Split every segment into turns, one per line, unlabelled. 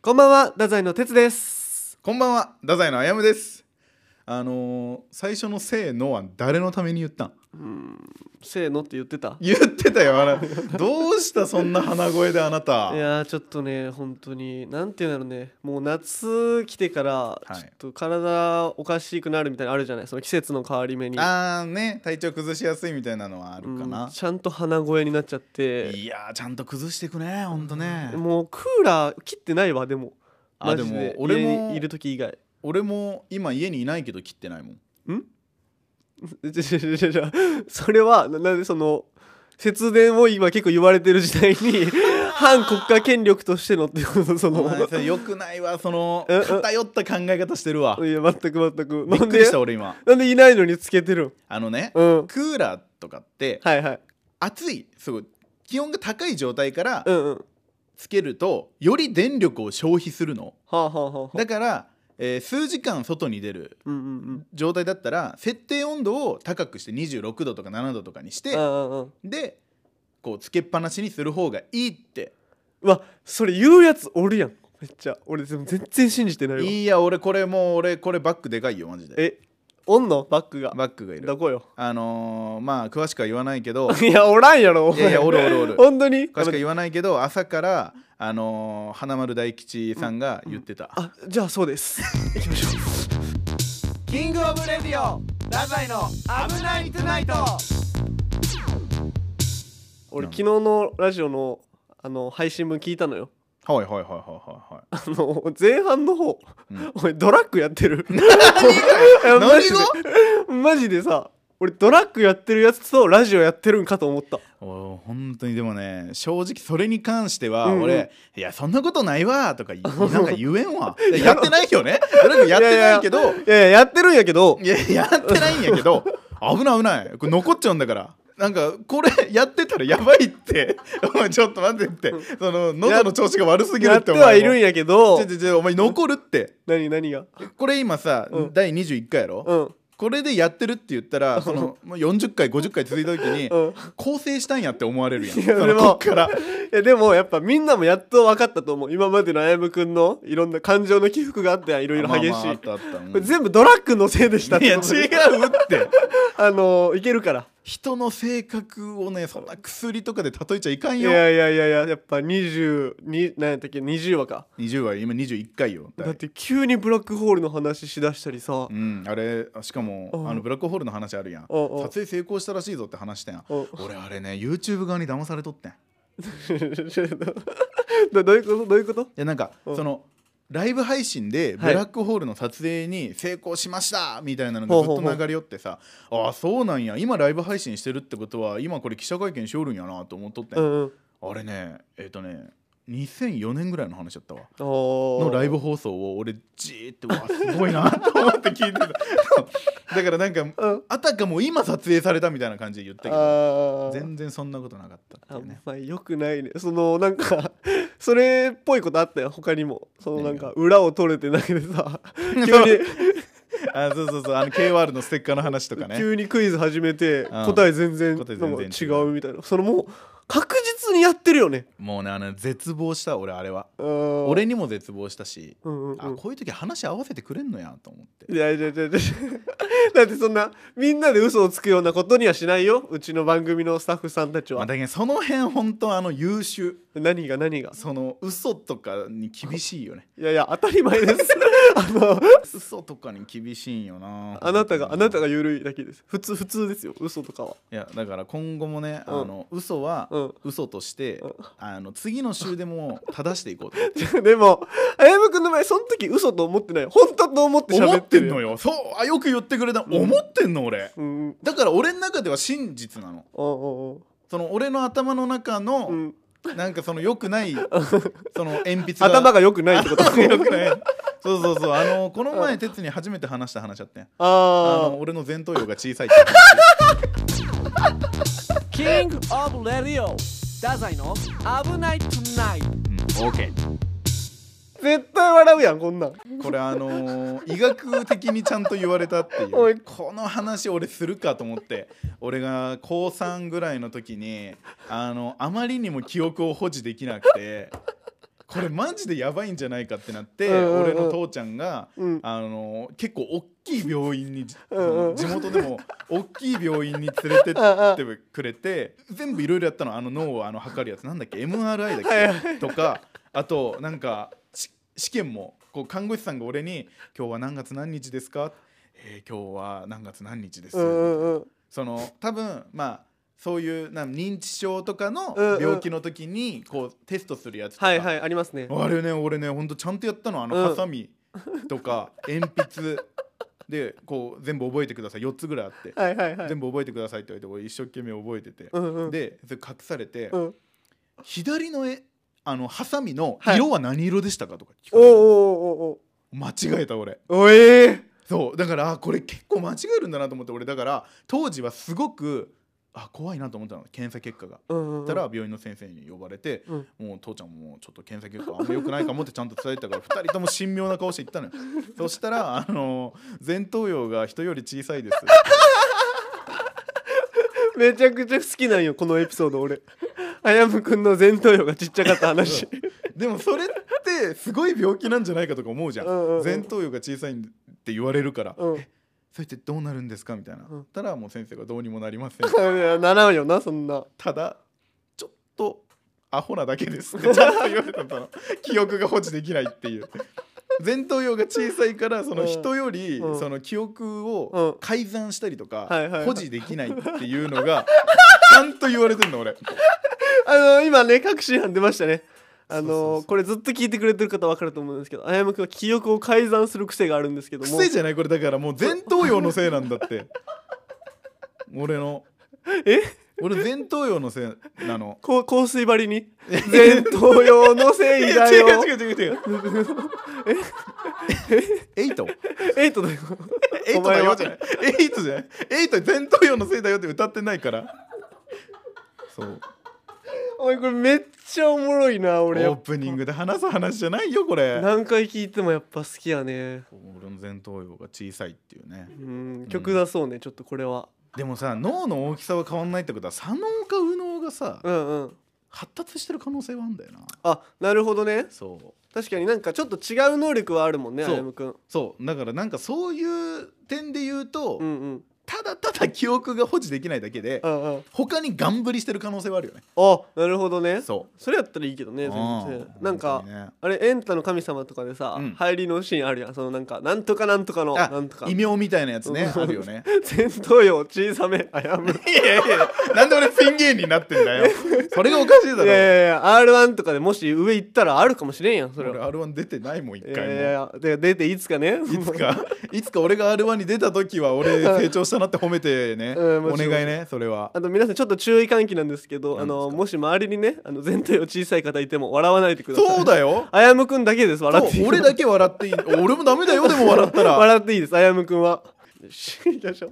こんばんは、太宰の哲です。
こんばんは、太宰のあやむです。あのー最初のせーのは誰のために言ったん
せーのって言ってた。
言ってたよ、あれ。どうしたそんな鼻声であなた。
いやーちょっとね本当になんていうんだろうねもう夏来てから
い
ちょっと体おかしくなるみたいなのあるじゃないその季節の変わり目に
あーね、体調崩しやすいみたいなのはあるか
うん
な。
ちゃんと鼻声になっちゃって
いやー、ちゃんと崩していくね、ほんとね。
もうクーラー切ってないわでも
あ
マ
で
ジで
も俺も
家にいる時以外
俺も今家にいないけど切ってないもん。
じゃじゃじゃじゃじゃそれはななんでその節電を今結構言われてる時代 に反国家権力としてのってことそ
お
の
前それ良くないわ、その
うんうん
偏った考え方してるわ。
いや全く全く
びっ
なん
く
で
りした俺今。
なんでいないのにつけてるん
あのね、
うん
クーラーとかって
はいはい
暑い、すごい気温が高い状態から
うんうんは
つけるとより電力を消費するの
あはあはあはあ
だから、えー数時間外に出る
うんうんうん
状態だったら設定温度を高くして26度とか7度とかにして
うんうんうん
でこうつけっぱなしにする方がいいって
うわそれ言うやつおるやんめっちゃ俺でも全然信じてないわ
いいや俺これもう俺これバックでかいよマジで
えおんのバッグが
バックがいる
どこよ
あのーまあ詳しくは言わない けど
いやおらんやろお
いやいやおるおるおる
本当に
詳しくは言わないけど朝からあのー花丸大吉さんが言ってた、
あじゃあそう です行きましょ
キングオブレディオラザイの危ないトゥナイト
う俺昨日のラジオのあの配信分聞いたのよ
はいはいはいはいはいはい
あの前半の方、
うん
俺ドラッグやって る何
何が
マジで マジでさ俺ドラッグやってるやつとラジオやってるんかと思った
お本当にでもね正直それに関しては
うんうん
俺、いやそんなことないわ とかいなんか言えんわいややってないよね俺もやってないけどいや
いやいややってるんやけど
やってないんやけど危ない危ないこれ残っちゃうんだからなんかこれやってたらやばいって お前ちょっと待ってってその喉の調子が悪すぎる
や
っ
ってて
お
は
前
い
も
るんやけど
ちょちょちょお前残るって
何何が
これ今さ、
うん
第21回やろ、
うん
これでやってるって言ったらその もう40回50回続いた時に、
うん
構成したんやって思われるやん
いや
そ
で
の
も
こっから
いやでもやっぱみんなもやっと分かったと思う今までのあやむくんのいろんな感情の起伏があっていろいろ激しい、
まあまああったあったうん
これ全部ドラッグのせいでしたっ
いや
て
違う
ことで
って
あのいけるから
人の性格をねそんな薬とかで例えちゃいかん
い
よ
やいやいやいややっぱ22何やったっけ20話か
20は今21回よ
だって急にブラックホールの話しだしたりさ、
うん、あれしかも
うん
あのブラックホールの話あるやん
うんうん
撮影成功したらしいぞって話したやん
うん
俺あれね YouTube 側に騙されとってん い
どどういうことどういうこと
やなんか
うん
そのライブ配信で
はい
ブラックホールの撮影に成功しましたみたいなの
ほ
が
う
ず
ほう
っ
ほう
と流れ寄ってさああそうなんや今ライブ配信してるってことは今これ記者会見しおるんやなと思っとってん
うんうん
あれねえっ、とね2004年ぐらいの話だったわ
の
のライブ放送を俺じーってわすごいなと思って聞いてた だからなんか
うん
あたかも今撮影されたみたいな感じで言ったけど
あー
全然そんなことなかった
あ
っ
ん
てね
まりよくないねそのなんか それっぽいことあったよ他にもそのなんか裏を取れてないで さ急に、
あそうそうそうあの KR のステッカーの話とかね
急にクイズ始めて
ん
答え全然なん
答
か
え全然
違うみたいなそのもう確実にやってるよね
もうねあの絶望した俺あれは
俺
俺にも絶望したし
うんうんうん
あこういう時話合わせてくれんのやと思って
いやいやいやいやだってそんなみんなで嘘をつくようなことにはしないようちの番組のスタッフさんたち
まあ
は
だけどその辺本当あの優秀
何が何が
その嘘とかに厳しいよね
いやいや当たり前ですあの
嘘とかに厳しいんよな
あなたがあなた
が
が緩いだけです普通普通ですよ嘘とかはい
やだから今後もね、
うん
あの嘘は
うん
嘘として、
うん
あの次の週で も正していこうと思って
でも、あやむくんの前、その時嘘と思ってない。本当と思って
思
喋
っ
って
て
る
んの
よ。
よそうあよく言ってくれた、
ん
思ってんの俺
うん。
だから俺の中では真実なの
うんうんうん
その俺の頭の中の、
うん。
なんかその良くないその鉛筆が
頭
が
が良くないって こと。
良くないそうそうそうあのこの前哲に初めて話した話あってんあ
あ
の俺の前頭葉が小さいって話
King of Radio 太宰の危ない Tonight
うん、OK
あ。絶対笑うやん、こんなん。
これあのー医学的にちゃんと言われたってい
おいう
この話俺するかと思って俺が高3ぐらいの時にあのあまりにも記憶を保持できなくてこれマジでやばいんじゃないかってなって、
うんうんうん
俺の父ちゃんが、
うん
あの結構大きい病院に、
うんうん
地元でも大きい病院に連れてってくれて全部いろいろやったのあの脳をあの測るやつなんだっけ MRI だっけとかあとなんかし試験もこう看護師さんが俺に「今日は何月何日ですか?」えー今日は何月何日です」
うんうんうん
その多分まあそういうなん認知症とかの
うんうん
病気の時にこうテストするやつとか、
はいはいありますね
あれね俺ねほんとちゃんとやったのあの
うん
ハサミとか鉛筆でこう全部覚えてください4つぐらいあって、
はいはいはい
全部覚えてくださいって言われて俺一生懸命覚えてて、
うんうん
でそれ隠されて、
うん
左の絵あのハサミの
はい
色は何色でしたかとか聞か
お
れ
う
て、
おうおうおう
間違えた俺
おええ
そうだからあこれ結構間違えるんだなと思って俺だから当時はすごくあ怖いなと思ったの検査結果が。
うんうんうん
たら病院の先生に呼ばれて、
うん
もう父ちゃんもちょっと検査結果あんま良くないかもってちゃんと伝えてたから二人とも神妙な顔して言ったのよそしたらあの前頭葉が人より小さいです
めちゃくちゃ好きなんよこのエピソード俺あやむくんの前頭葉がちっちゃかった話
でもそれってすごい病気なんじゃないかとか思うじゃん,、
うんうんうん
前頭葉が小さいって言われるから、
うん
えそれってどうなるんですかみたいな、
うん
たらもう先生がどうにもなりません
いやならんよなそんな
ただちょっとアホなだけですってちゃんと言われたの記憶が保持できないっていう前頭葉が小さいからその人より
うん
その記憶
うん
を改ざんしたりと
はいは
か
い
保持できないっていうのがちゃんと言われてんの俺
あの今ね各種班出ましたねあの
そうそうそう
これずっと聞いてくれてる方分かると思うんですけどあやむくんは記憶を改ざんする癖があるんですけども
癖じゃないこれだからもう前頭葉のせいなんだって俺の
え
俺前頭葉のせいなの
こう香水張りに前頭葉の
い
せいだ
や違う
よ
違う違う 違うえエイト
エイトだよ
エイトだよじゃない。エイトじゃない。エイト前頭葉のせいだよって歌ってないから。そう。
おいこれめっちゃおもろいな
オ
俺
ープニングで話す話じゃないよこれ。
何回聞いてもやっぱ好きやね
俺の前頭葉が小さいっていうね。
うん曲だそうねちょっとこれは
でもさ脳の大きさは変わんないってことは左脳か右脳がさ
うんうん
発達してる可能性はあるんだよな。
あなるほどね
そう。
確かになんかちょっと違う能力はあるもんねあ
そう
やむくん
そうだからなんかそういう点で言うと、
うんうん
ただただ記憶が保持できないだけで
うんうん
他にガンブリしてる可能性はあるよね。
あなるほどねそ
そう。
れやったらいいけどね全然
う
なんか
本当にね
あれエンタの神様とかでさ、
うん
入りのシーンあるやんそのなんかなんとかなんとかの
あ
なんとか
異名みたいなやつね
うん
あるよね。
前頭葉小さめあや む
いやいやいやなんで俺ピン芸人になってんだよ それがおかしいだろ
いやいやいや r 1とかでもし上行ったらあるかもしれんやんそれ
俺
は
R1 出てないもん一
いや
回も
いやいやで出ていつかね
いつかいつか俺が R1 に出た時は俺成長したなって褒めてね、
うんも
お
ちろ
願
ん
いねそれは
あと皆さんちょっと注意喚起なんですけどあ
何ですか
のもし周りにねあの全体を小さい方いても笑わないでください
そうだよ
あやむくんだけです笑っていい
そう俺だけ笑っていい俺もダメだよでも笑った ら
笑っていいですあやむくんはよし行きましょう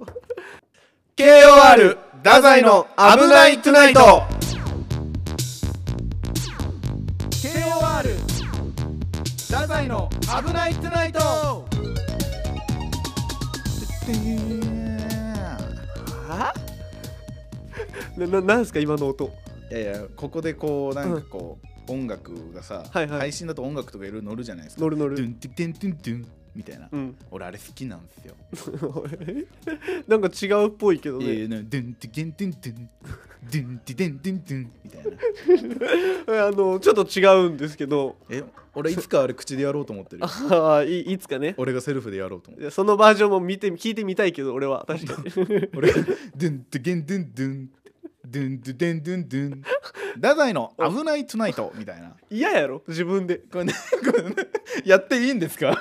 KOR 太宰の危ないトゥナイト
KOR 太宰の危ないトゥナイト
なななんすか今の音
いやいやここでこうなんかこう、音楽がさ、
はいはい
配信だと音楽とかいろいろ乗るじゃないですか
乗る乗
ドゥ
る
ンティテンテンテンみたいな、
うん
俺あれ好きなんですよ。
なんか違うっぽいけど
え
ね、
ーなんかドゥンティテンテンテンドゥンティテンテンテンみたいな。
あのちょっと違うんですけど
え、俺いつかあれ口でやろうと思ってる
あ。ーいいつかね
俺がセルフでやろうと
い
思ってる。
やそのバージョンも見て聞いてみたいけど俺は確かに
俺がドゥンティゲンドゥンドゥンドゥンドゥデンドゥンドゥン。ダダイの危ないトゥナイトみたいな。
嫌やろ自分で
これね、これねやっていいんですか？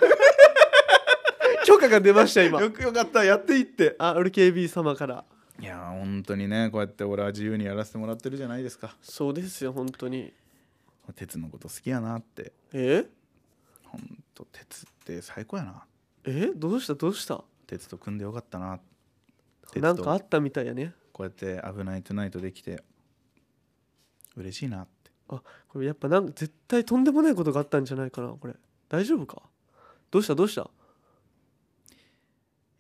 許可が出ました今
よくよかったやっていいって。
あ RKB 様から
いやー本当にねこうやって俺は自由にやらせてもらってるじゃないですか。
そうですよ本当に
鉄のこと好きやなって。
え
本当鉄って最高やな。
えどうしたどうした
鉄と組んでよかったな。鉄と
なんかあったみたいやね
こうやって「危ないトゥナイト」できて嬉しいなって
あこれやっぱなんか絶対とんでもないことがあったんじゃないかなこれ大丈夫かどうしたどう した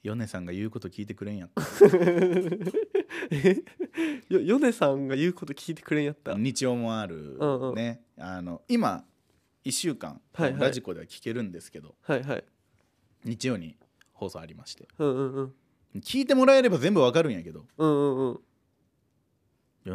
米さんが言うこと聞いてくれんやった
えよヨネさんが言うこと聞いてくれんやった、
日曜もある
うんうん
ねあの今1週間、
はいはい
ラジコでは聞けるんですけど
はいはい
日曜に放送ありまして
うんうんうん
聞いてもらえれば全部わかるんやけど
うんうんうん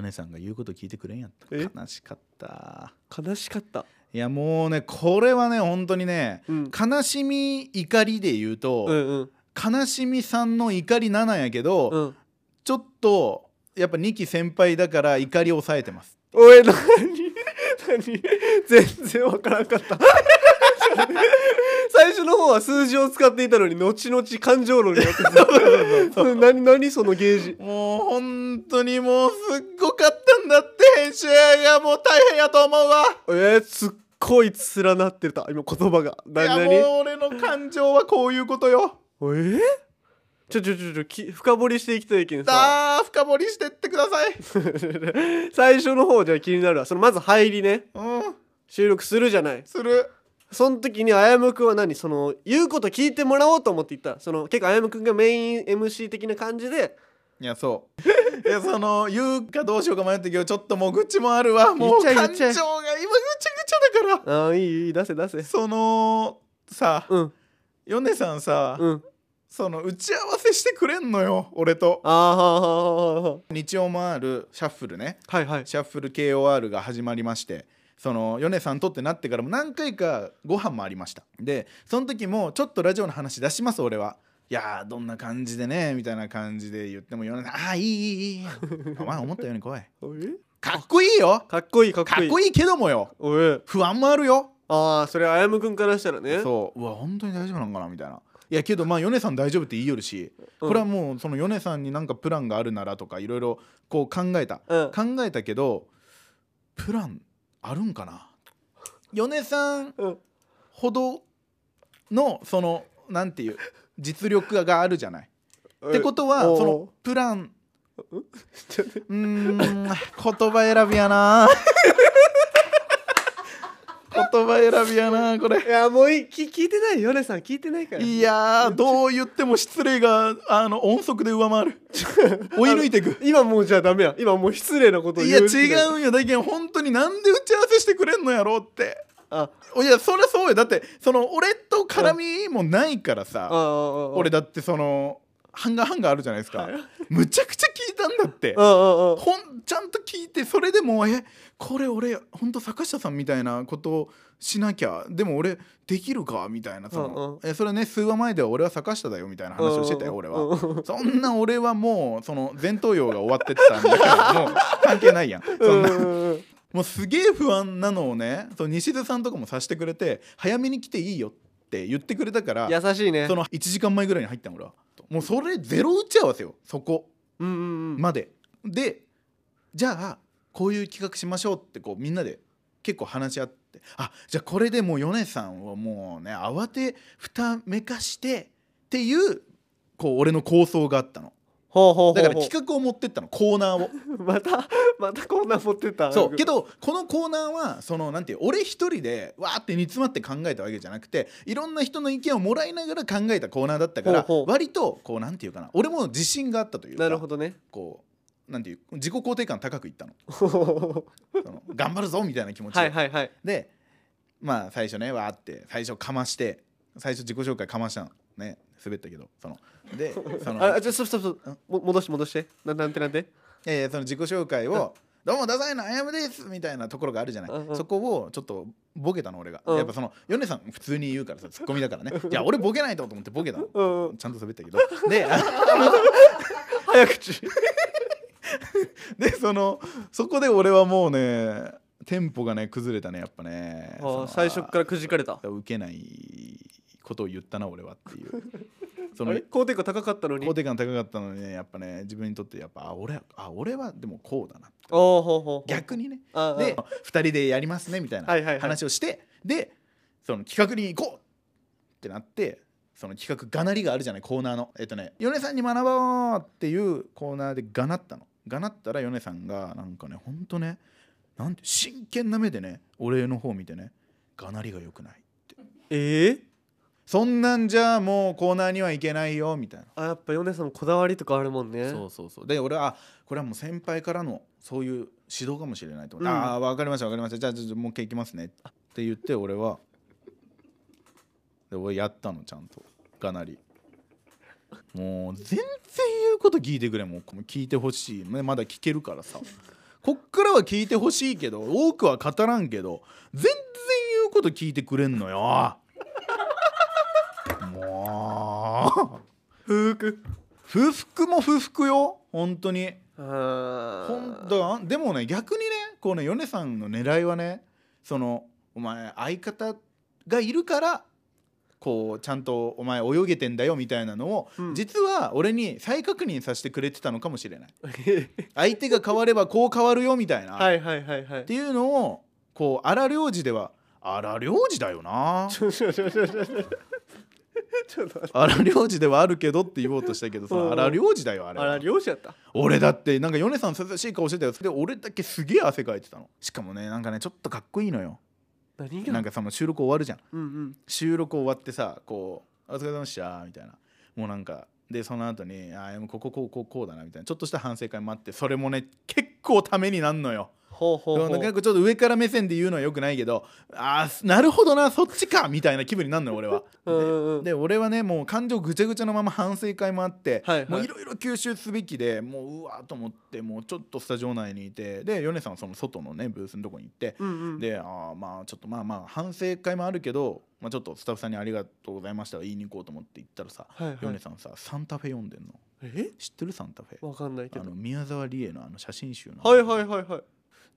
米さんが言うこと聞いてくれんやった
え
悲しかった
悲しかった
いやもうねこれはね本当にね
うん
悲しみ怒りで言うと、
うんうん
悲しみさんの怒り7なんやけど、
うん
ちょっとやっぱ2期先輩だから怒りを抑えてます
おい何 何全然わからんかった最初の方は数字を使っていたのに後々感情論になってた 何何そのゲージ
もう本当にもうすっごかったんだって編集がもう大変やと思うわ
えー、すっごい連なってた今言葉が
い
何
やもう
何
俺の感情はこういうことよ
えー、ちょちょちょちょき深掘りしていきたいけんさ
さあ深掘りしてってください
最初の方じゃ気になるわそのまず入りね
うん
収録するじゃない
する
その時にあやむくんは何その言うこと聞いてもらおうと思って言ったその結構あやむくんがメイン MC 的な感じで
いやそういやその言うかどうしようか迷ったけどちょっともう愚痴もあるわも
言
う
っちゃえ
感
言っ
情
ちゃ
が
え
今ぐちゃぐちゃだか
ああいいいい出せ出せ
らそのさ
うん
ヨネさんさ、
うん
その打ち合わせしてくれんのよ俺と
ああはあはあはあは
日曜もあるシャッフルね
あはいはい
シャッフル KOR が始まりましてその米さんとってなってからも何回かご飯もありましたでその時もちょっとラジオの話出します俺はいやーどんな感じでねみたいな感じで言っても米さんああーいいいいいいお前思ったように怖い
え
かっこいいよ
かっこいいかっこ
か
い
っ
い
こいいけどもよ
おい
不安もあるよ
ああそれあやむくんからしたらね
そううわ本当に大丈夫なんかなみたいないやけどまあ米さん大丈夫って言いよるし、
うん
これはもうその米さんになんかプランがあるならとかいろいろこう考えた、
うん
考えたけどプランあるんかな米さん
うん
ほどのそのなんていう実力があるじゃない。って ことは
おう
そのプランうーん言葉選びや な言葉選びやなこれ
いやもういいき聞いてないよねさん聞いてないから
いやーどう言っても失礼があの音速で上回 る追い抜いていく
今もうじゃあダメや今もう失礼なことを
い
言
や
う
違うんよだけど本当になんで打ち合わせしてくれんのやろうって
あ
いやそりゃそうよだってその俺と絡みもないから
ああ
さ
あ
俺だってそのハンガーハンガーあるじゃないですかむちゃくちゃ聞いたんだって
あああ
ほんちゃんと聞いてそれでもえこれ俺ほんと坂下さんみたいなことをしなきゃでも俺できるかみたいなその、えそれね数話前では俺は坂下だよみたいな話をしてたよ俺はそんな俺はもうその前頭葉が終わってったんだからもう関係ないやんそんな もうすげえ不安なのをねその西津さんとかもさしてくれて早めに来ていいよって言ってくれたから
優しいね
その1時間前ぐらいに入ったの俺はもうそれゼロ打ち合わせよそこ。
うんうんうん
まででじゃあこういう企画しましょうってこうみんなで結構話し合ってあじゃあこれでもう米さんをもうね慌てふためかしてっていうこう俺の構想があったの
ほうほうほうほう
だから企画を持ってったのコーナーを
またまたこんな持ってた
そうけ
ど
どこのコーナーはそのなんていう俺一人でわーって煮詰まって考えたわけじゃなくていろんな人の意見をもらいながら考えたコーナーだったから
ほうほう
割とこうなんていうかな俺も自信があったというか
なるほど ね
こうなんていう自己肯定感高くいったの。
ほうほうほ
そ の頑張るぞみたいな気持
う
ちで,、
はいはいはい
でまあ最初ねわーって最初かまして最初自己紹介かましたのね滑ったけどそのでそ の
ああちょストップストップストップも戻して戻してななんてなんて
えその自己紹介を「どうも太宰のあやむです」みたいなところがあるじゃない、
うんうん
そこをちょっとボケたの俺が、
うん
やっぱその米さん普通に言 うからさツッコミだからねいや俺ボケないとと思ってボケたの
うん うん
ちゃんと滑ったけどであ
早口
でそのそこで俺はもうねテンポがね崩れたねやっぱねそ
あ
の
あ最初からくじかれた
受けないことを言ったな俺はっていう そ
あ
の
れ肯定感高かったのに
肯定感高かったのにねやっぱね自分にとってやっぱあ俺はあ俺はでもこうだな
おおほうほう
逆にね
ああ
で2人でやりますねみたい
はいはいは
ない話をして、でその企画に行こうってなってその企画がなりがあるじゃないコーナーのえっとね「米さんに学ぼう!」っていうコーナーでがなったのがなったら米さんがなんかねほんとねなんて真剣な目でね俺の方見てね「がなりが良くない」
ええ
そんなんじゃもうコーナーにはいけないよみたいな、
あやっぱ米さんのこだわりとかあるもんね
そうそうそうで俺はあこれはもう先輩からのそういう指導かもしれないと思って、
うん
ああ分かりました分かりましたじゃあちょっともう一回行きますねって言って俺はで俺やったのちゃんとがなりもう全然言うこと聞いてくれもう聞いてほしいねまだ聞けるからさこっからは聞いてほしいけど多くは語らんけど全然言うこと聞いてくれんのよもう
ふうく
不服も不服よ本当に
あ
ほんとでもね逆にねこうね米さんの狙いはねそのお前相方がいるからこうちゃんとお前泳げてんだよみたいなのを、
うん
実は俺に再確認させてくれてたのかもしれない
は
相手が変わればこう変わるよみたいな、っ
い はいはいはい
ていうのをこう荒領事では荒領事だよな
ちょちょちょちょちょちょちょっと待って
荒領事ではあるけどって言おうとしたけど
うんう
さ
ん
荒領事だよあれ
あ
は
ら漁師やった
俺だってなんか米さん涼しい顔してたよで俺だけすげえ汗かいてたのしかもねなんかねちょっとかっこいいのよ
何が
なんかその収録終わるじゃん
うんうん
収録終わってさこう「お疲れ様でした」みたいなもうなんかでその後に「あーもうこここうこうこうだな」みたいなちょっとした反省会もあってそれもね結構ためになんのよ
ほうほうほ
なん
う
かちょっと上から目線で言うのはよくないけどああなるほどなそっちかみたいな気分になるのよ俺は
うんうんうん
で俺はねもう感情ぐちゃぐちゃのまま反省会もあって、
はいはい
もういろいろ吸収すべきでもううわーと思ってもうちょっとスタジオ内にいてで米さんはその外のねブースのとこに行って、
うんうん
であーまあちょっとまあまあ反省会もあるけど、まあ、ちょっとスタッフさんにありがとうございました言いに行こうと思って行ったらさ、
はいはい
米さんさサンタフェ読んでんの
え
知ってるサンタフェ
わかんないけ
あ
ど
の宮沢りえのあの写真集の、
はいはいはいはい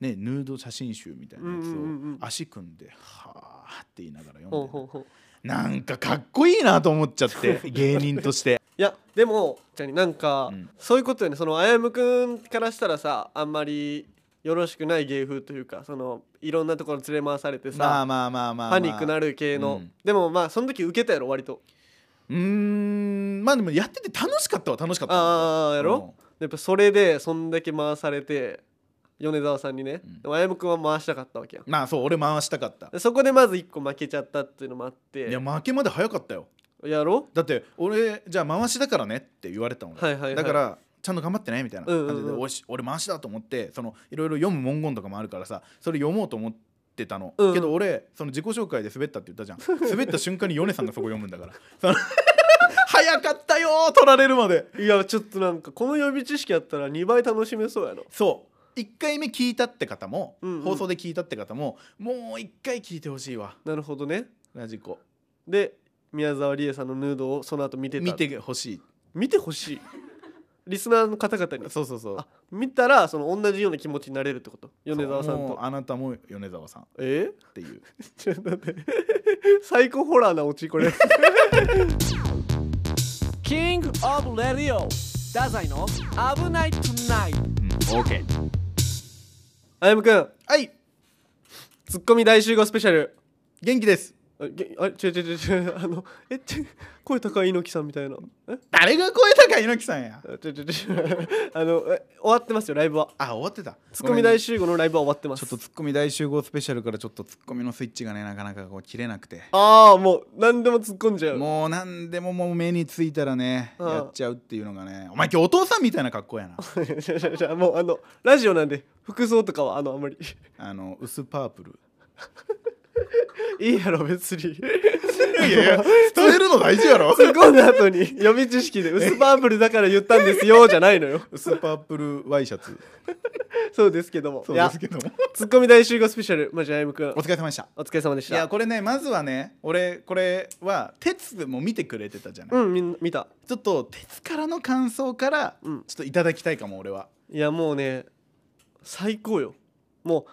ね、ヌード写真集みたいなや
うん
つ
うんうんうん
を足組んで「はあ」って言いながら読んでん
ほう
の
ほうほう
なんかかっこいいなと思っちゃって 芸人として
いやでもじゃあなんか、
うん
そういうことよねそのあやむくんからしたらさあんまりよろしくない芸風というかそのいろんなところ連れ回されてさ、
まあまあまあまあ、まあ、
パニックなる系の、
うん
でもまあその時受けたやろ割と
うーんまあでもやってて楽しかったわ楽しかったわ
ああやろ、やっぱそれでそんだけ回されて米沢さんにね、
うん
でもあやむくんは回したかったわけやん
まあそう俺回したかった
でそこでまず1個負けちゃったっていうのもあって
いや負けまで早かったよ
やろ
だって俺じゃあ回しだからねって言われたの、
はいはいはい
だからちゃんと頑張ってねみたいな感じ
う
で、
んうんうん
おし俺回しだと思ってそのいろいろ読む文言とかもあるからさそれ読もうと思ってたの、
うん
けど俺その自己紹介で滑ったって言ったじゃ ん滑った瞬間にヨネさんがそこ読むんだからその 早かったよー取られるまで
いやちょっとなんかこの予備知識やったら2倍楽しめそうやの
そう1回目聞いたって方も、
うんうん
放送で聞いたって方ももう1回聞いてほしいわ
なるほどね
ラジコ
で宮沢りえさんのヌードをその後見てた
見てほしい
見てほしいリスナーの方々に
そうそうそう
あ見たらその同じような気持ちになれるってこと米沢さん
もう
と
あなたも米沢さんっ
え
ていう
ちょっと待って最高ホラーなオチ これ
キングオブレディオ太宰の危ないトゥナイト
うん OK
あやむくん
はい
ツッコミ大集合スペシャル
元気です
あげあれ違う違う違う違うあのえち声高い猪木さんみたいなえ
誰が声高い猪木さんや
あ違う違う違うあのえ終わってますよライブは
あ終わってた
ツッコミ大
集
集合のライブは終わってます
ちょっとツッコミ大集合スペシャルからちょっとツッコミのスイッチがねなかなかこう切れなくて
ああもう何でも突っ込んじゃう
もう何でももう目についたらね
うん
やっちゃうっていうのがねお前今日お父さんみたいな格好やな
じゃあじゃあじゃあもうあのラジオなんで服装とかはあのあんまり
あの薄パープル
いいやろ別 に
いやいや伝えるの大事やろ
突っ込んだ後に予備知識で「薄パープルだから言ったんです よ」じゃないのよ
薄パープルワイシャツ
そうですけども
そうですけども
いやツッコミ大集合スペシャルまあじゃあ歩夢君
お疲れ様でした
お疲れ様でし
いや
た
これねまずはね俺これは哲も見てくれてたじゃない、
うんみんな見た
ちょっと哲からの感想からちょ
うん
っといただきたいかも俺はい
やもうね最高よもう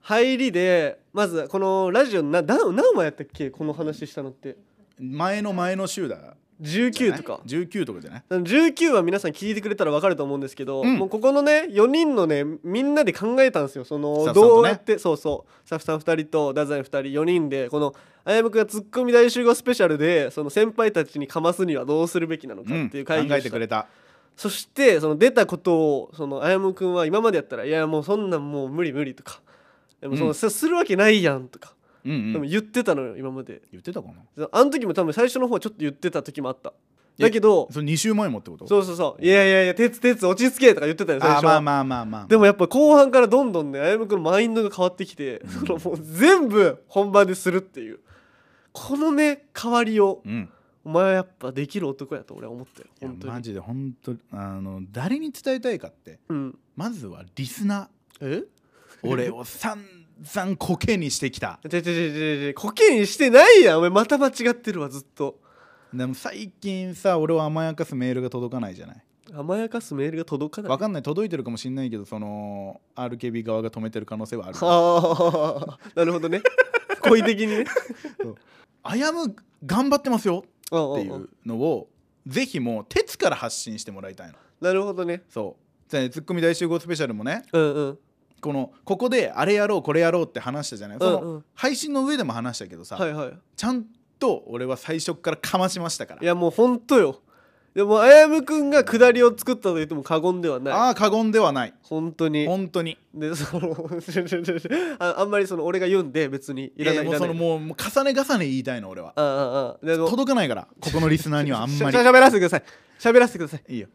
入りでまずこのラジオな何何話やったっけこの話したのって
前の前の週だ
19とか
19とかじゃない
あの19は皆さん聞いてくれたら分かると思うんですけど、
うん
もうここのね4人のねみんなで考えたんですよそ
スタ
の
ッフさんとね
どうやって、そうそうスタッフさん2人と太宰2人4人でこの「あやむくんがツッコミ大集合スペシャルで」その先輩たちにかますにはどうするべきなのか
うん
っていう会議
考
を
え
してた、
くれた
そしてその出たことをそのあやむくんは今までやったら「いやもうそんなんもう無理無理」とか「でもその、
うん
すするわけないやん」とか、
うん、う
でも
ん、
言ってたのよ今まで
言ってたかな
あの時も多分最初の方はちょっと言ってた時もあっただけど
それ2週前もってこと
そうそうそういやいやいや鉄鉄落ち着けとか言ってたよ最
あ
初
まあまあまあまあ
でもやっぱ後半からどんどんねあやむくんのマインドが変わってき て、そのもう全部本番でするっていうこのね変わりを
うん
お前はやっぱできる男やと俺は思ったよ
いや
本当
マ
に
ジで本当あの誰に伝えたいかって
うん
まずはリスナ
え
ー俺を散々コケにしてきた
ちょちょちょちょちょコケにしてないやんお前また間違ってるわずっと
でも最近さ俺を甘やかすメールが届かないじゃない
甘やかすメールが届かない
わかんない届いてるかもしんないけどその RKB 側が止めてる可能性はある
はあなるほどね 故意的に ね
あやむ頑張ってますよ
っ
っていうのをぜひもう鉄から発信してもらいたいの
なるほどね
そうじゃあねツッコミ大集合スペシャルもね
うんうん
このここであれやろうこれやろうって話したじゃない、そ
うんう
の
ん
配信の上でも話したけどさ、
はいはい
ちゃんと俺は最初からかましましたから
いやもうほんとよでもあやむくんが下りを作ったと言っても過言ではない
ああ過言ではない
本当に
本当に
でそのちょちょちょちょああんまりその 俺が言うんで別にいらないい
やもう
ら
そ
な
の
い
もうもう重ね重ね言いたいの俺は
ああああでも
届かないからここのリスナー にはあんま
し
り
ゃしゃべらせてください喋らせてください
いいよ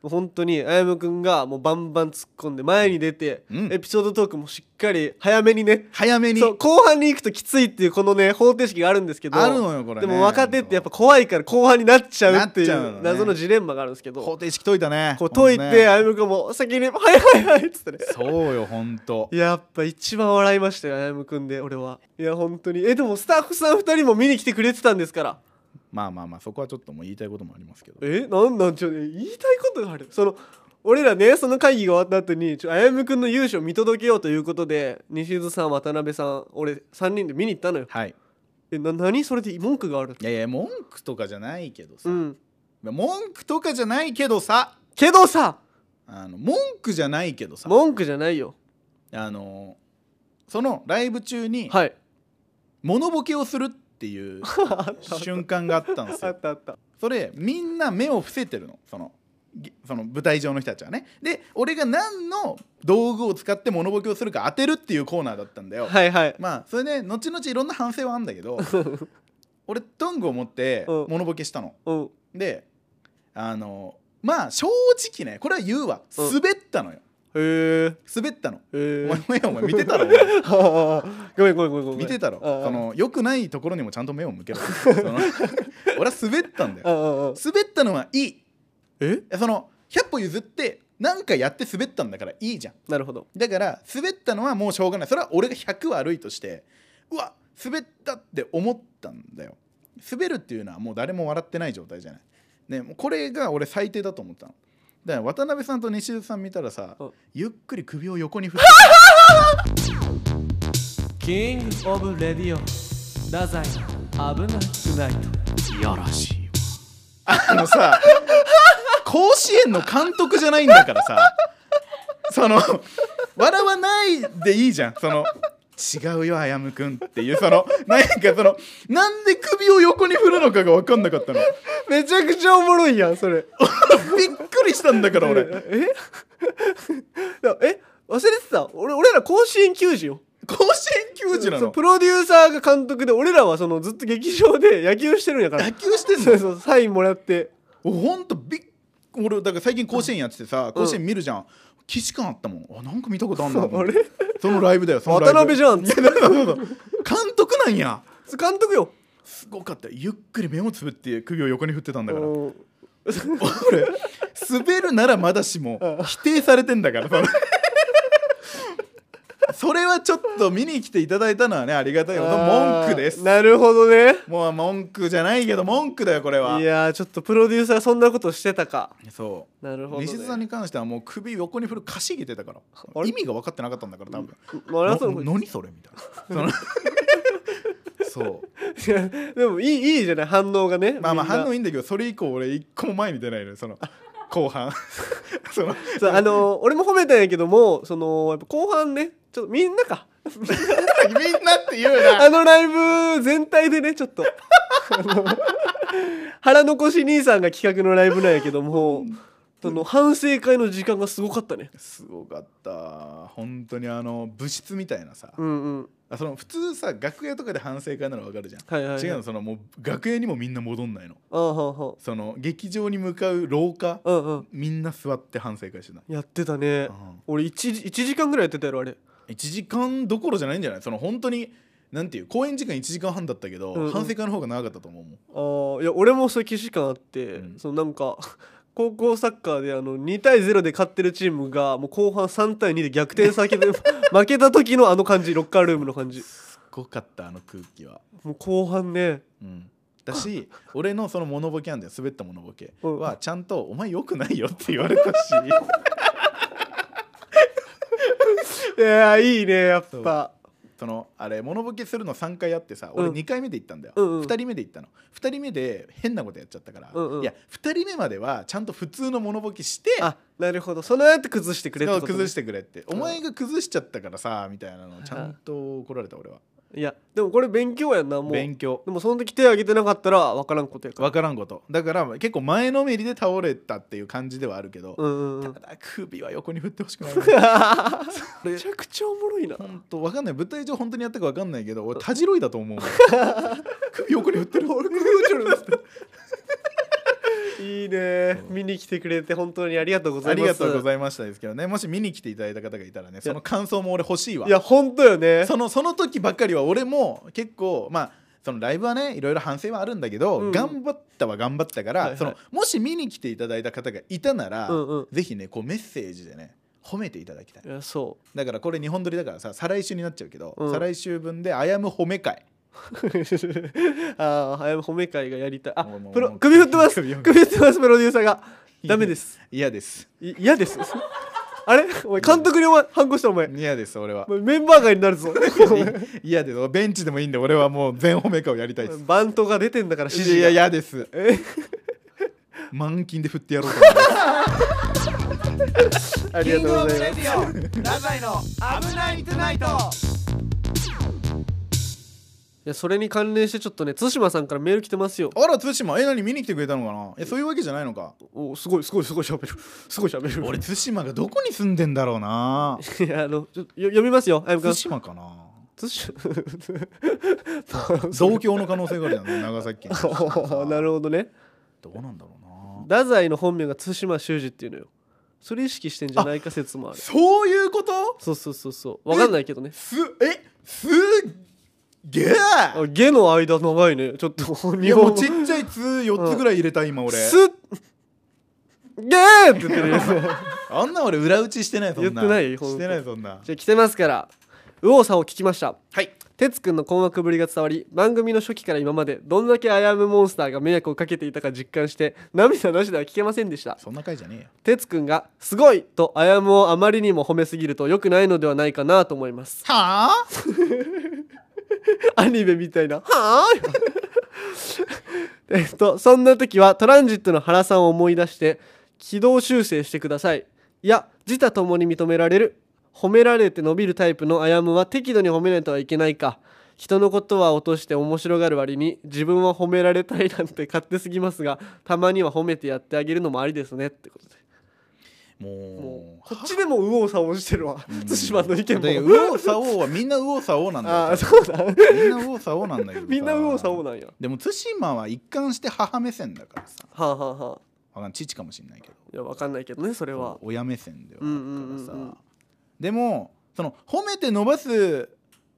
本当にあやむくんがもうバンバン突っ込んで前に出て、
うん
エピソードトークもしっかり早めにね
早めに
そう後半に行くときついっていうこのね方程式があるんですけど
あるのよこれ
で
ね
も若手ってやっぱ怖いから後半になっちゃうってい
なっちゃうのね
う謎のジレンマがあるんですけど、
方程式解いたね
こう解い
ほんと
て
ね
あやむくんも先に「はいはいはい」っつってね
そうよほんと
やっぱ一番笑いましたよあやむくんで俺はいや本当にえでもスタッフさん2人も見に来てくれてたんですから
まあまあまあそこはちょっともう言いたいこともありますけど
えなんなんちょ言いたいことがあるその俺らねその会議が終わった後にちょあやむくんの優勝見届けようということで西津さん渡辺さん俺3人で見に行ったのよ
はい
えな何それで文句がある
いやいや文句とかじゃないけどさ、
うん
文句とかじゃないけどさ
けどさ
あの文句じゃないけどさ
文句じゃないよ
あのそのライブ中に
はい
物ボケをするっていう
あった
瞬間があったんです
あ
よ
ったあった
それみんな目を伏せてるのそのぎその舞台上の人たちはねで俺が何の道具を使って物ボケをするか当てるっていうコーナーだったんだよ、
はいはい
まあそれで後々いろんな反省はあるんだけど俺トングを持って
うん
物ボケしたの、
うん
であのまあ正直ねこれは言うわ
うん
滑ったのよ、
へえ
滑ったの、
へえ
お前お前お前見てたろお前
ごめんご めんごめんごめん
見てたろ
ああ
その良くないところにもちゃんと目を向 けろその俺は滑ったんだ
ああ
よ
あ
滑ったのはいい
え
その100歩譲って何かやって滑ったんだからいいじゃん
なるほど
だから滑ったのはもうしょうがないそれは俺が100悪いとしてうわ滑ったって思ったんだよ滑るっていうのはもう誰も笑ってない状態じゃないねもうこれが俺最低だと思ったのだから渡辺さんと西津さん見たらさ
うん
ゆっくり首を横に振って
キングオブレディオ太宰の危なくないと
いやらしいわあのさ甲子園の監督じゃないんだからさその笑わないでいいじゃんその違うよあやむくんっていうそのなんかそのなんで首を横に振るのかが分かんなかったの
めちゃくちゃおもろいやんそれ
びっくりしたんだから俺
え え忘れてた俺俺ら甲子園球児よ
甲子園球児な
そう
の
プロデューサーが監督で俺らはそのずっと劇場で野球してるんやから
野球してん
そう
の
そうサインもらって
ほんとびっ俺だから最近甲子園やっててさ甲子園見るじゃん既視感あったもんあなんか見たことあんな
あれ
そのライブだよそのライ
渡
ブ
辺じゃん
いやそうそうそう 監督なんや
監督よ
すごかったゆっくり目をつぶって首を横に振ってたんだから
うん
俺滑るならまだしも否定されてんだからその それはちょっと見に来ていただいたのはねありがたいこと
あー
文句です
なるほどね
もう文句じゃないけど文句だよこれはい
やーちょっとプロデューサーそんなことしてたか
そ
なる
う
ほど、ね、
西津さんに関してはもう首横に振るかしげてたから
あれ
意味が分かってなかったんだから多分
まああなたの声
な何それみたいな そのそう
いやでもいいいいじゃない反応がね
まあまあ
みんな
反応いいんだけどそれ以降俺一個も前に出ないのよその後半 その
そうあのー俺も褒めたんやけどもそのやっぱ後半ねちょっとみんなか
みんなって言うな
あのライブ全体でねちょっとあの腹残し兄さんが企画のライブなんやけどもその反省会の時間がすごかったね
すごかった本当にあの部室みたいなさ、
うんうん
あその普通さ楽屋とかで反省会ならわかるじゃん、
はいはい、はい、
違うのそのもう楽屋にもみんな戻んないの
ああはあは
その劇場に向かう廊下
あうんうん
みんな座って反省会してない、
やってたね
うん
俺 1, 一時間ぐらいやってたやろあれ
1時間どころじゃないんじゃないその本当になんていう公演時間1時間半だったけど、
うんうん
反省会の方が長かったと思うもん
あーいや俺もそういう既視感あって、
うん
そのなんか高校サッカーであの2対0で勝ってるチームがもう後半3対2で逆転 先で負けた時のあの感じロッカールームの感じ
すごかったあの空気は、
もう後半ね
うん、だし俺のそのモノボケなんだよ滑ったモノボケ
うん
はちゃんと「お前よくないよ」って言われた し
いやーいいねやっぱ
そのあれモノボケするの3回やってさ俺
うん
2回目で行ったんだよ、
うんうん
2人目で行ったの2人目で変なことやっちゃったから、
うんうん
いや2人目まではちゃんと普通のモノボケして
あなるほどその後崩してくれって
そう
ことね
崩してくれって、
ん
お前が崩しちゃったからさみたいなのをちゃんと怒られた俺はい
やでもこれ勉強やんなもう
勉
で
強
もその時手挙げてなかったら分からんことやから
分からんことだから結構前のめりで倒れたっていう感じではあるけど、
うんうんうん
ただ首は横に振ってほしく ない
めちゃくちゃおもろいな
本当分かんない舞台上本当にやったか分かんないけど俺たじろいだと思うもん 首横に振ってる俺首振ってる
いいね見に来てくれて本当にありがとうござ
あ
い
り
ます
がとうございましたですけどねもし見に来ていただいた方がいたらねその感想も俺欲しいわ
いや本当よね
そのその時ばっかりは俺も結構まあそのライブはねいろいろ反省はあるんだけど、
うん
頑張ったは頑張ったから、
はいはい
そのもし見に来ていただいた方がいたなら、
うんうん
ぜひねこうメッセージでね褒めていただきたい
いやそ
だからこれ日本撮りだからさ再来週になっちゃうけど、
うん
再来週分で「あやむ褒め会
うああ早め褒め会がやりたいあ
もうもう
プロ
もう
首振ってます
首
首
を
振ってますプロデューサーが
い
ダメです」
嫌です
い嫌です あれお前監督にお前反抗したお前
嫌です俺は
お前メンバー外になるぞ
嫌ですベンチでもいいんで俺はもう全褒め会をやりたいです
バントが出てんだから指示
い
が
や嫌です
え
満金で振ってやろうと思います
あり
キ
が
ン
と
グ
う
オ
ご
ブ
ざい
レ
ま
デ
す
ィオダザイの危ないトゥナイト
いやそれに関連してちょっとね対馬さんからメール来てますよ
あら対馬え何見に来てくれたのかなえそういうわけじゃないのか
おすごいすごいすごい喋るすごい喋る
俺対馬がどこに住んでんだろう ない
やあのちょっとよ読みますよあやむくん
対馬かな
対
同郷の可能性が あるじゃん長崎県
馬 なるほどね
どうなんだろうな
太宰の本名が対馬修二っていうのよそれ意識してんじゃないか説もある
そういうこと
そうそうそうそうわかんないけどね
すえすっげえ
あ下の間長いねちょっと
い
日
やもう
本
ちっちゃい「つ」4つぐらい入れた今俺
すっゲーって言ってるよ
あんな俺裏打ちしてないそんな
言ってないほんと
してないそんな
じゃあ来てますから右往左往聞きました
はい
哲くんの困惑ぶりが伝わり番組の初期から今までどんだけ危うむモンスターが迷惑をかけていたか実感して涙なしでは聞けませんでした
そんな回じゃねえよ
哲くんが「すごい!」と危うむをあまりにも褒めすぎると良くないのではないかなと思います
はあ
アニメみたいな「はあ」えっとそんな時はトランジットの原さんを思い出して軌道修正してくださいいや自他ともに認められる褒められて伸びるタイプのアヤムは適度に褒めないとはいけないか人のことは落として面白がる割に自分は褒められたいなんて勝手すぎますがたまには褒めてやってあげるのもありですねってことで
も
も
う
うこっちでも右往左往してるわ対馬の意
で右
見も
往左往はみんな右往左往なんだよ
ああそうだ
みんな右往左往なんだけどさ
みんな右往左往なんやは
でも対馬は一貫して母目線だからさ
あ、はあはあ、
わかん父かもしれないけど
いやわかんないけどねそれは
そう親目線ではあるからさ、
うんうんうんうん
でもその褒めて伸ばす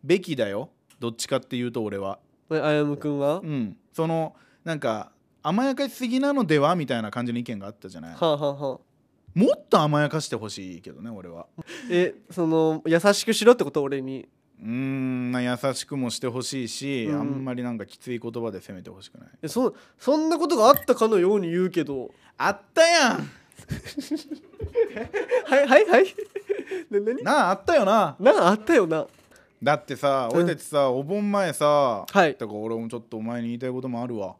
べきだよどっちかっていうと俺は
えあやむくんは
うんそのなんか甘やかしすぎなのではみたいな感じの意見があったじゃない
はあはあはあ
もっと甘やかしてほしいけどね俺は
えその優しくしろってこと俺に
うーんな優しくもしてほしいし、
うん
あんまりなんかきつい言葉で責めてほしくない
えそそんなことがあったかのように言うけど
あったやん
はいはいはい な何
なああったよな
なんかあったよな
だってさ
うん
俺たちさ、お盆前さ、
はい
だから俺もちょっとお前に言いたいこともあるわ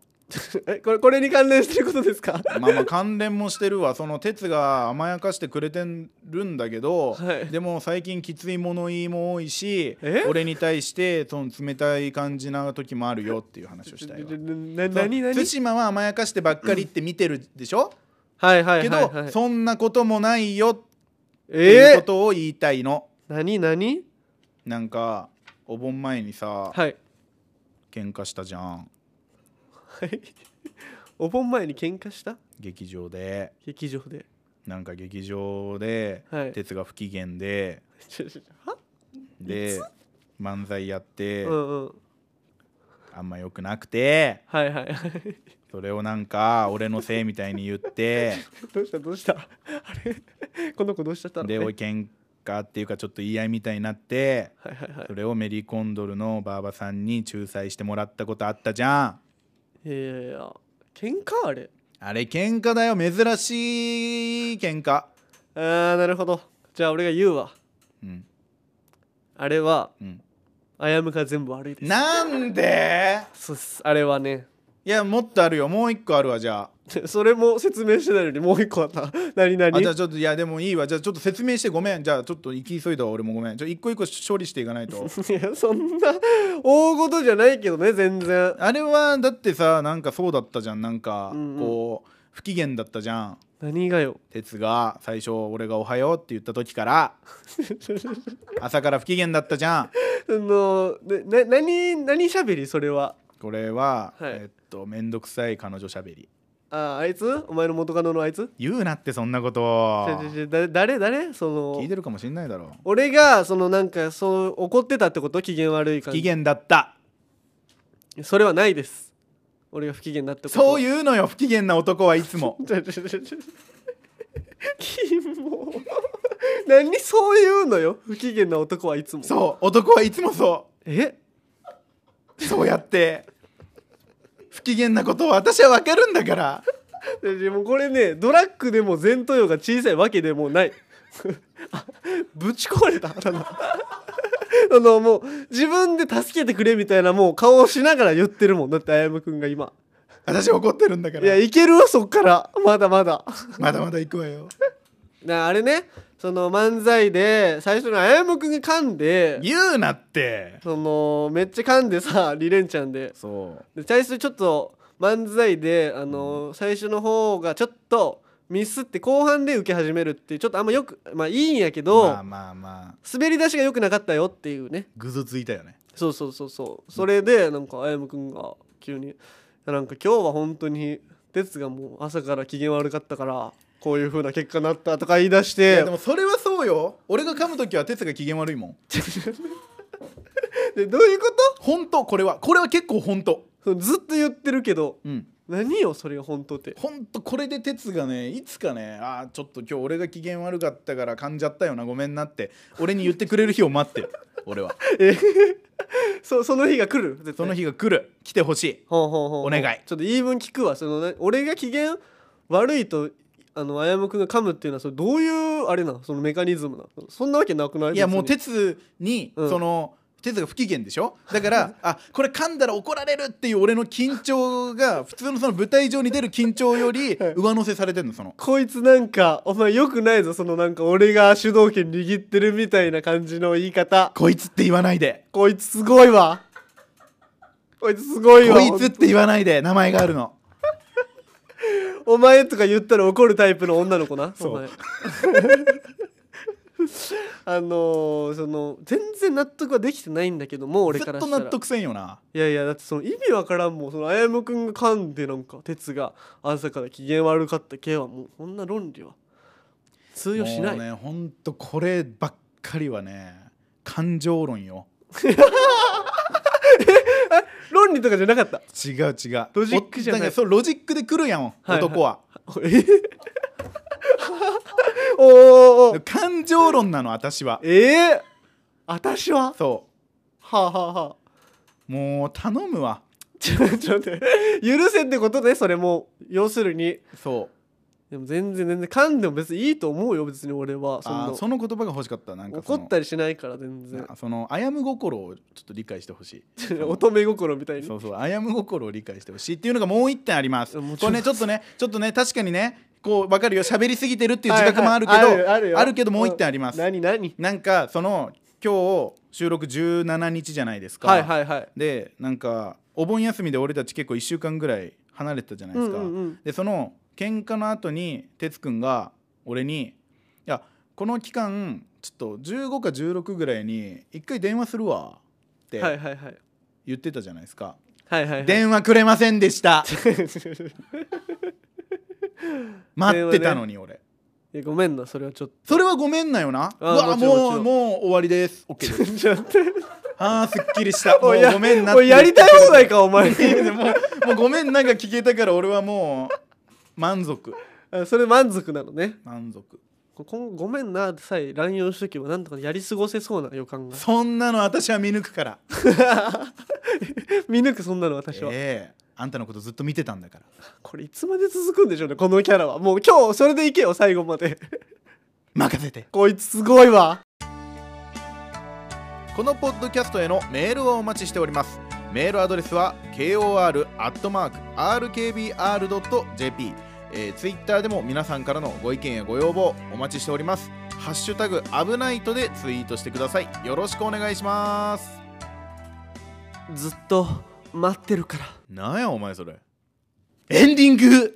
えこれこれに関連してることですか
ま あまあ関連もしてるわその哲が甘やかしてくれてるんだけど、
はい
でも最近きつい物言いも多いし
え
俺に対してその冷たい感じな時もあるよっていう話をしたい わ
なな何何
対馬は甘やかしてばっかりって見てるでしょ、
はいはい
け
はい、
ど、
はい、
そんなこともないよっていう
え
こ
ー、
とを言いたいの、
何何
なんかお盆前にさ
はい
喧嘩したじゃん
はいお盆前に喧嘩した
劇場で
劇場で
なんか劇場で、
はい
鉄が不機嫌で
ちょちょちょは
で漫才やって、
うんうん
あんま良くなくて
はいはいはい
それをなんか俺のせいみたいに言って
どうしたどうしたあれ この子どうしちゃったの
でおい喧嘩っていうかちょっと言い合いみたいになって
はいはいはい
それをメリーコンドルのバーバさんに仲裁してもらったことあったじゃん
いやいやいや喧嘩あれ
あれ喧嘩だよ珍しい喧嘩
あーなるほどじゃあ俺が言うわ
うん
あれは
うん
あやむが全部悪いです
なんで
そうっすあれはね
いやもっとあるよもう一個あるわじゃ
それも説明してないのにもう一個あった 何
ああじゃあ
何
ちょっといやでもいいわじゃあちょっと説明してごめんじゃあちょっと行き急いだわ俺もごめんちょ一個一個処理していかない と
いやそんな大事じゃないけどね全然
あれはだってさなんかそうだったじゃんなんか
うんうん
こう、不機嫌だったじゃん
何が よ
哲が最初俺が「おはよう」って言った時から朝から不機嫌だったじゃん
そのなな何何しゃべりそれは
これは、
はい
えっと面倒くさい彼女しゃべり
ああいつお前の元カノのあいつ
言うなってそんなこと
ちょちょちょだ誰誰そ
聞
の
いてるかもしんないだろ
俺がそのなんかそう怒ってたってこと機嫌悪い
不
感
機
じ
嫌だった
それはないです俺が不機嫌だってこと
そう
う
いうのよ不機嫌な男はいつも
ちょちょちょちょキモ何そういうのよ不機嫌な男はいつも
そう男はいつもそ
え
うそうやって不機嫌なことを私は分かるんだから
でもこれねドラッグでも前頭葉が小さいわけでもないあぶち壊れたただあのもう自分で助けてくれみたいなもう顔をしながら言ってるもんだってあやむくんが今
私は怒ってるんだか
いや
ら
いけるわそっからまだまだ
まだまだ行くわよ
なあれねその漫才で最初にあやむくんが噛んで
言うなって
そのめっちゃ噛んでさリレンちゃんで
そう
で最初ちょっと漫才であの最初の方がちょっとミスって後半で受け始めるっていうちょっとあんまよくまあいいんやけど、
まあまあまあ
滑り出しが良くなかったよっていうね
ぐずついたよね
そうそうそうそうそれでなんかあやむくんが急に「なんか今日は本当に哲がもう朝から機嫌悪かったからこういう風な結果になった」とか言い出し
い
て
やでもそれはそうよ俺が噛む時は哲が機嫌悪いもん
でどういうこと
本当これはこれは結構本当
そのずっと言ってるけど
うん
何よそれが本当って
本当これで哲がねいつかねあーちょっと今日俺が機嫌悪かったから噛んじゃったよなごめんなって俺に言ってくれる日を待ってる俺は
そその日が来る絶対
その日が来る来てほしい
ほんほんほんほん
お願い
ちょっと言い分聞くわそのな俺が機嫌悪いとあのあやむくんが噛むっていうのはそれどういうあれなのそのメカニズムなのそんなわけなくない
いやもう
別に
哲に
うん
その哲が不機嫌でしょだから あこれ噛んだら怒られるっていう俺の緊張が普通のその舞台上に出る緊張より上乗せされてんのその
こいつなんかお前よくないぞそのなんか俺が主導権握ってるみたいな感じの言い方
こいつって言わないで
こいつすごいわこいつすごいわ
こいつって言わないで名前があるの
お前とか言ったら怒るタイプの女の子な
そう
お前 あのーその全然納得はできてないんだけども俺
ず
か
っ
ら
と
した
納
ら
得せんよない
やいやだってその意味わからんもんそのあやむくんが噛んでなんか鉄が朝から機嫌悪かった系はもうこんな論理は通用しない、
もうねほんとこればっかりはね感情論よ
論理とかじゃなかった
違う違うロジ
ックじゃない
そうロジックで来るやん、
はい
男は
えおーおーおー
感情論なの私は
ええ私は
そ
はあ、はあはあ、
うもう頼むわ
ちょちょっと待って許せってことねそれも要するに
そう
でも全然全然噛んでも別にいいと思うよ別に俺はそんな
あーその言葉が欲しかったなんか
怒ったりしないから全
その
然
なそのあやむ心をちょっと理解してほしい
乙女心みたいに
そうそうあやむ心を理解してほしいっていうのがもう一点あります
もち
こ
ろん
れねちょっとねちょっとね確かにねこう分かるよ喋りすぎてるっていう自覚もあるけど、
はいはいあるよ
あるけどもう一点あります
うん何何
なんかその今日収録17日じゃないですか、
はいはいはい
でなんかお盆休みで俺たち結構1週間ぐらい離れてたじゃないですか、
うんうんうん
でその喧嘩の後に哲くんが俺に「いやこの期間ちょっと15か16ぐらいに一回電話するわ」
は
っ
い
て
はいはい
言ってたじゃないですか
はいはいは
「
い
電話くれません でした」待ってたのに俺
いやごめんなそれは ちょっ
それはごめんなよなう
あも
わ
ちろんもちろ
もう
ん
もう終わりです OK で
と
す
ちょっと待って
ああすっきりした も
お
う
いや
ごめんな
おいやりたい放題かお前
で もうもうごめんなんか聞けたから俺はもう満足
あそれ満足なのね
満足
こんごめんなさえ乱用しとけばなんとかやり過ごせそうな予感が
そんなの私は見抜くから
見抜くそんなの私は、
ええあんたのことずっと見てたんだから
これいつまで続くんでしょうねこのキャラはもう今日それでいけよ最後まで
任せて
こいつすごいわ
このポッドキャストへのメールをお待ちしておりますメールアドレスは kor.rkbr.jp えー、ツイッターでも皆さんからのご意見やご要望お待ちしておりますハッシュタグ危ないとでツイートしてくださいよろしくお願いします
ずっと待ってるから
なんやお前それエンディング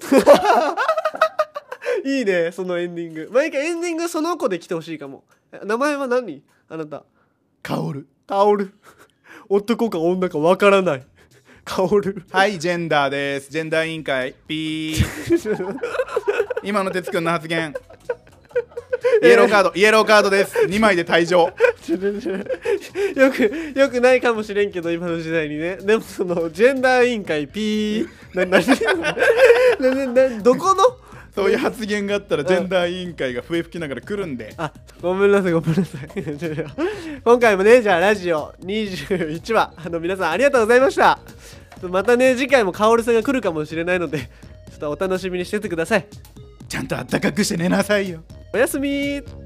いいねそのエンディング毎回エンディングその子で来てほしいかもえ名前は何あなた
カオル
カオル 男か女かわからないカオル
はいジェンダーですジェンダー委員会ピー今の哲くんの発言イエローカードイエローカードです2枚で退場
ちょちょちょよくよくないかもしれんけど今の時代にねでもそのジェンダー委員会ピーなななななどこの
そういう発言があったらジェンダー委員会が笛吹きながら来るんで
あごめんなさいごめんなさい ちょちょ今回もねじゃあラジオ21話あの皆さんありがとうございましたまたね次回もカオルさんが来るかもしれないのでちょっとお楽しみにしててください
ちゃんとあったかくして寝なさいよ
おやすみー